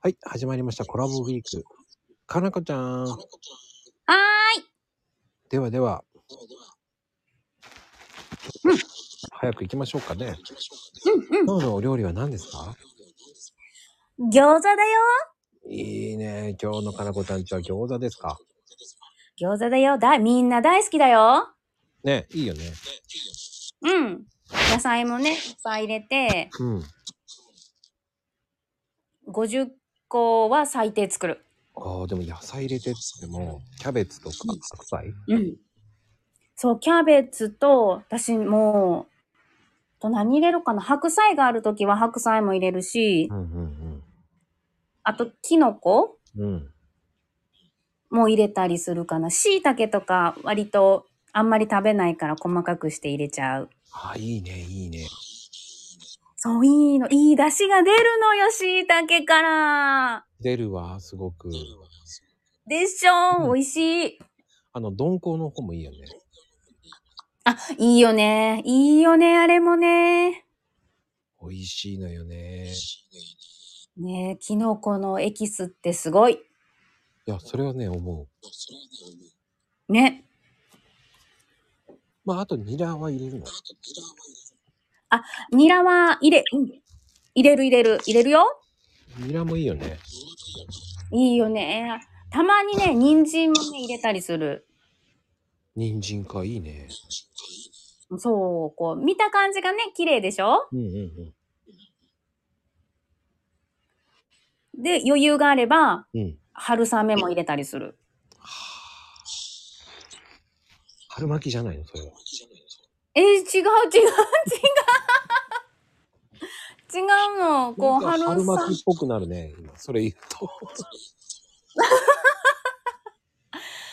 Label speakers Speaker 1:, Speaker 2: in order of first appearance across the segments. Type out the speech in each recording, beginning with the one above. Speaker 1: はい、始まりました。コラボウィーク。かなこちゃん。
Speaker 2: はーい。
Speaker 1: ではでは。早く行きましょうかね。
Speaker 2: うん
Speaker 1: 今日のお料理は何ですか
Speaker 2: うん。餃子だよ。
Speaker 1: いいね。今日のかなこちゃんちは餃子ですか
Speaker 2: 餃子だよ。だ、みんな大好きだよ。
Speaker 1: ね、いいよね。
Speaker 2: うん。野菜もね、いっぱい入れて、
Speaker 1: うん。
Speaker 2: 50個は最低作る。
Speaker 1: ああ、でも野菜入れてっても、キャベツとか白菜
Speaker 2: うん。そう、キャベツと、私もう、と何入れるかな白菜があるときは白菜も入れるし
Speaker 1: う、んうん
Speaker 2: あと、キノコ
Speaker 1: うん。うん。
Speaker 2: も入れたりするかな。椎茸とか、割と、あんまり食べないから細かくして入れちゃう。
Speaker 1: ああ、いいね、いいね。
Speaker 2: そう、いいの。いい出汁が出るのよ、椎茸から。
Speaker 1: 出るわ、すごく。
Speaker 2: でしょ、
Speaker 1: うん
Speaker 2: 美味しい。
Speaker 1: あの、鈍行の方もいいよね。
Speaker 2: あ、いいよね。いいよね、あれもね。
Speaker 1: 美味しいのよね。
Speaker 2: ねえキノコのエキスってすごい。
Speaker 1: いや、それはね、思う。
Speaker 2: ね。
Speaker 1: まあ、あとニラは入れるの。
Speaker 2: ニラは入れ、うん入れる入れる、入れるよ。
Speaker 1: ニラもいいよね。
Speaker 2: いいよね。たまにね、人参もね、入れたりする。
Speaker 1: 人参か、いいね。
Speaker 2: そう、こう、見た感じがね、綺麗でしょ
Speaker 1: うんうんうん。
Speaker 2: で、余裕があれば、
Speaker 1: うん。
Speaker 2: 春雨も入れたりする。
Speaker 1: 春巻きじゃないの、それは。
Speaker 2: えー、違う違う違う違うの。こう、春
Speaker 1: 春
Speaker 2: 雨
Speaker 1: 巻。きっぽくなるね、今。それ言うと。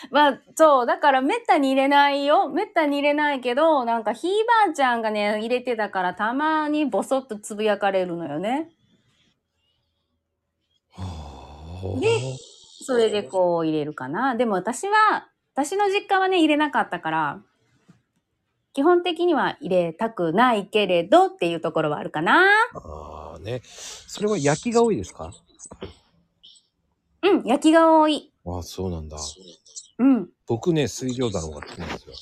Speaker 2: まあ、そう、だからめったに入れないよ。めったに入れないけど、なんかひいばあちゃんがね、入れてたからたまにボソッとつぶやかれるのよね。
Speaker 1: は
Speaker 2: ねそれでこう入れるかな。でも私は、私の実家はね、入れなかったから、基本的には入れたくないけれどっていうところはあるかな。
Speaker 1: あ。ああね。それは焼きが多いですか
Speaker 2: うん、焼きが多い。
Speaker 1: ああ、そうなんだ。
Speaker 2: うん。
Speaker 1: 僕ね、水餃子の方が好きなんですよ。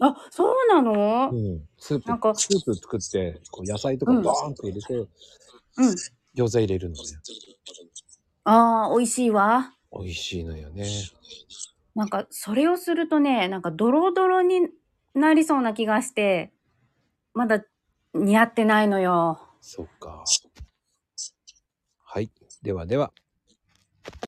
Speaker 2: あ、そうなの
Speaker 1: うん。スープ、
Speaker 2: なんか
Speaker 1: スープ作って、こう野菜とか
Speaker 2: うん
Speaker 1: バーンと入れて、
Speaker 2: うん。
Speaker 1: 餃子入れるのね。
Speaker 2: ああ、美味しいわ。
Speaker 1: 美味しいのよね。
Speaker 2: なんか、それをするとね、なんか、ドロドロになりそうな気がして、まだ似合ってないのよ。
Speaker 1: そっか。はい。ではでは。